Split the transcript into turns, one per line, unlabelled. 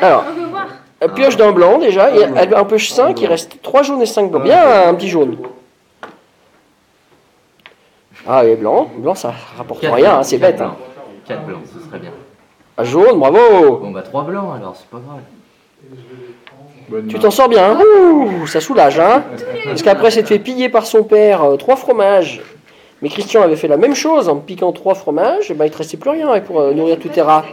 Alors,
Eh, on peut voir.
elle pioche d'un blanc déjà, et elle en pioche 5, il reste 3 jaunes et 5 blancs. Bien un petit jaune. Ah, et blanc, blanc ça rapporte
Quatre
rien,
blancs,
hein, c'est
quatre
bête. hein.
blancs. Quatre blancs, ce serait bien.
Ah, jaune, bravo
Bon bah trois blancs alors, c'est pas grave.
Bonne
Tu
main.
t'en sors bien, hein Ouh, ça soulage, hein Parce qu'après s'être fait piller par son père euh, trois fromages. Mais Christian avait fait la même chose en piquant trois fromages, et ben, il te restait plus rien ouais, pour euh, nourrir tous tes rats.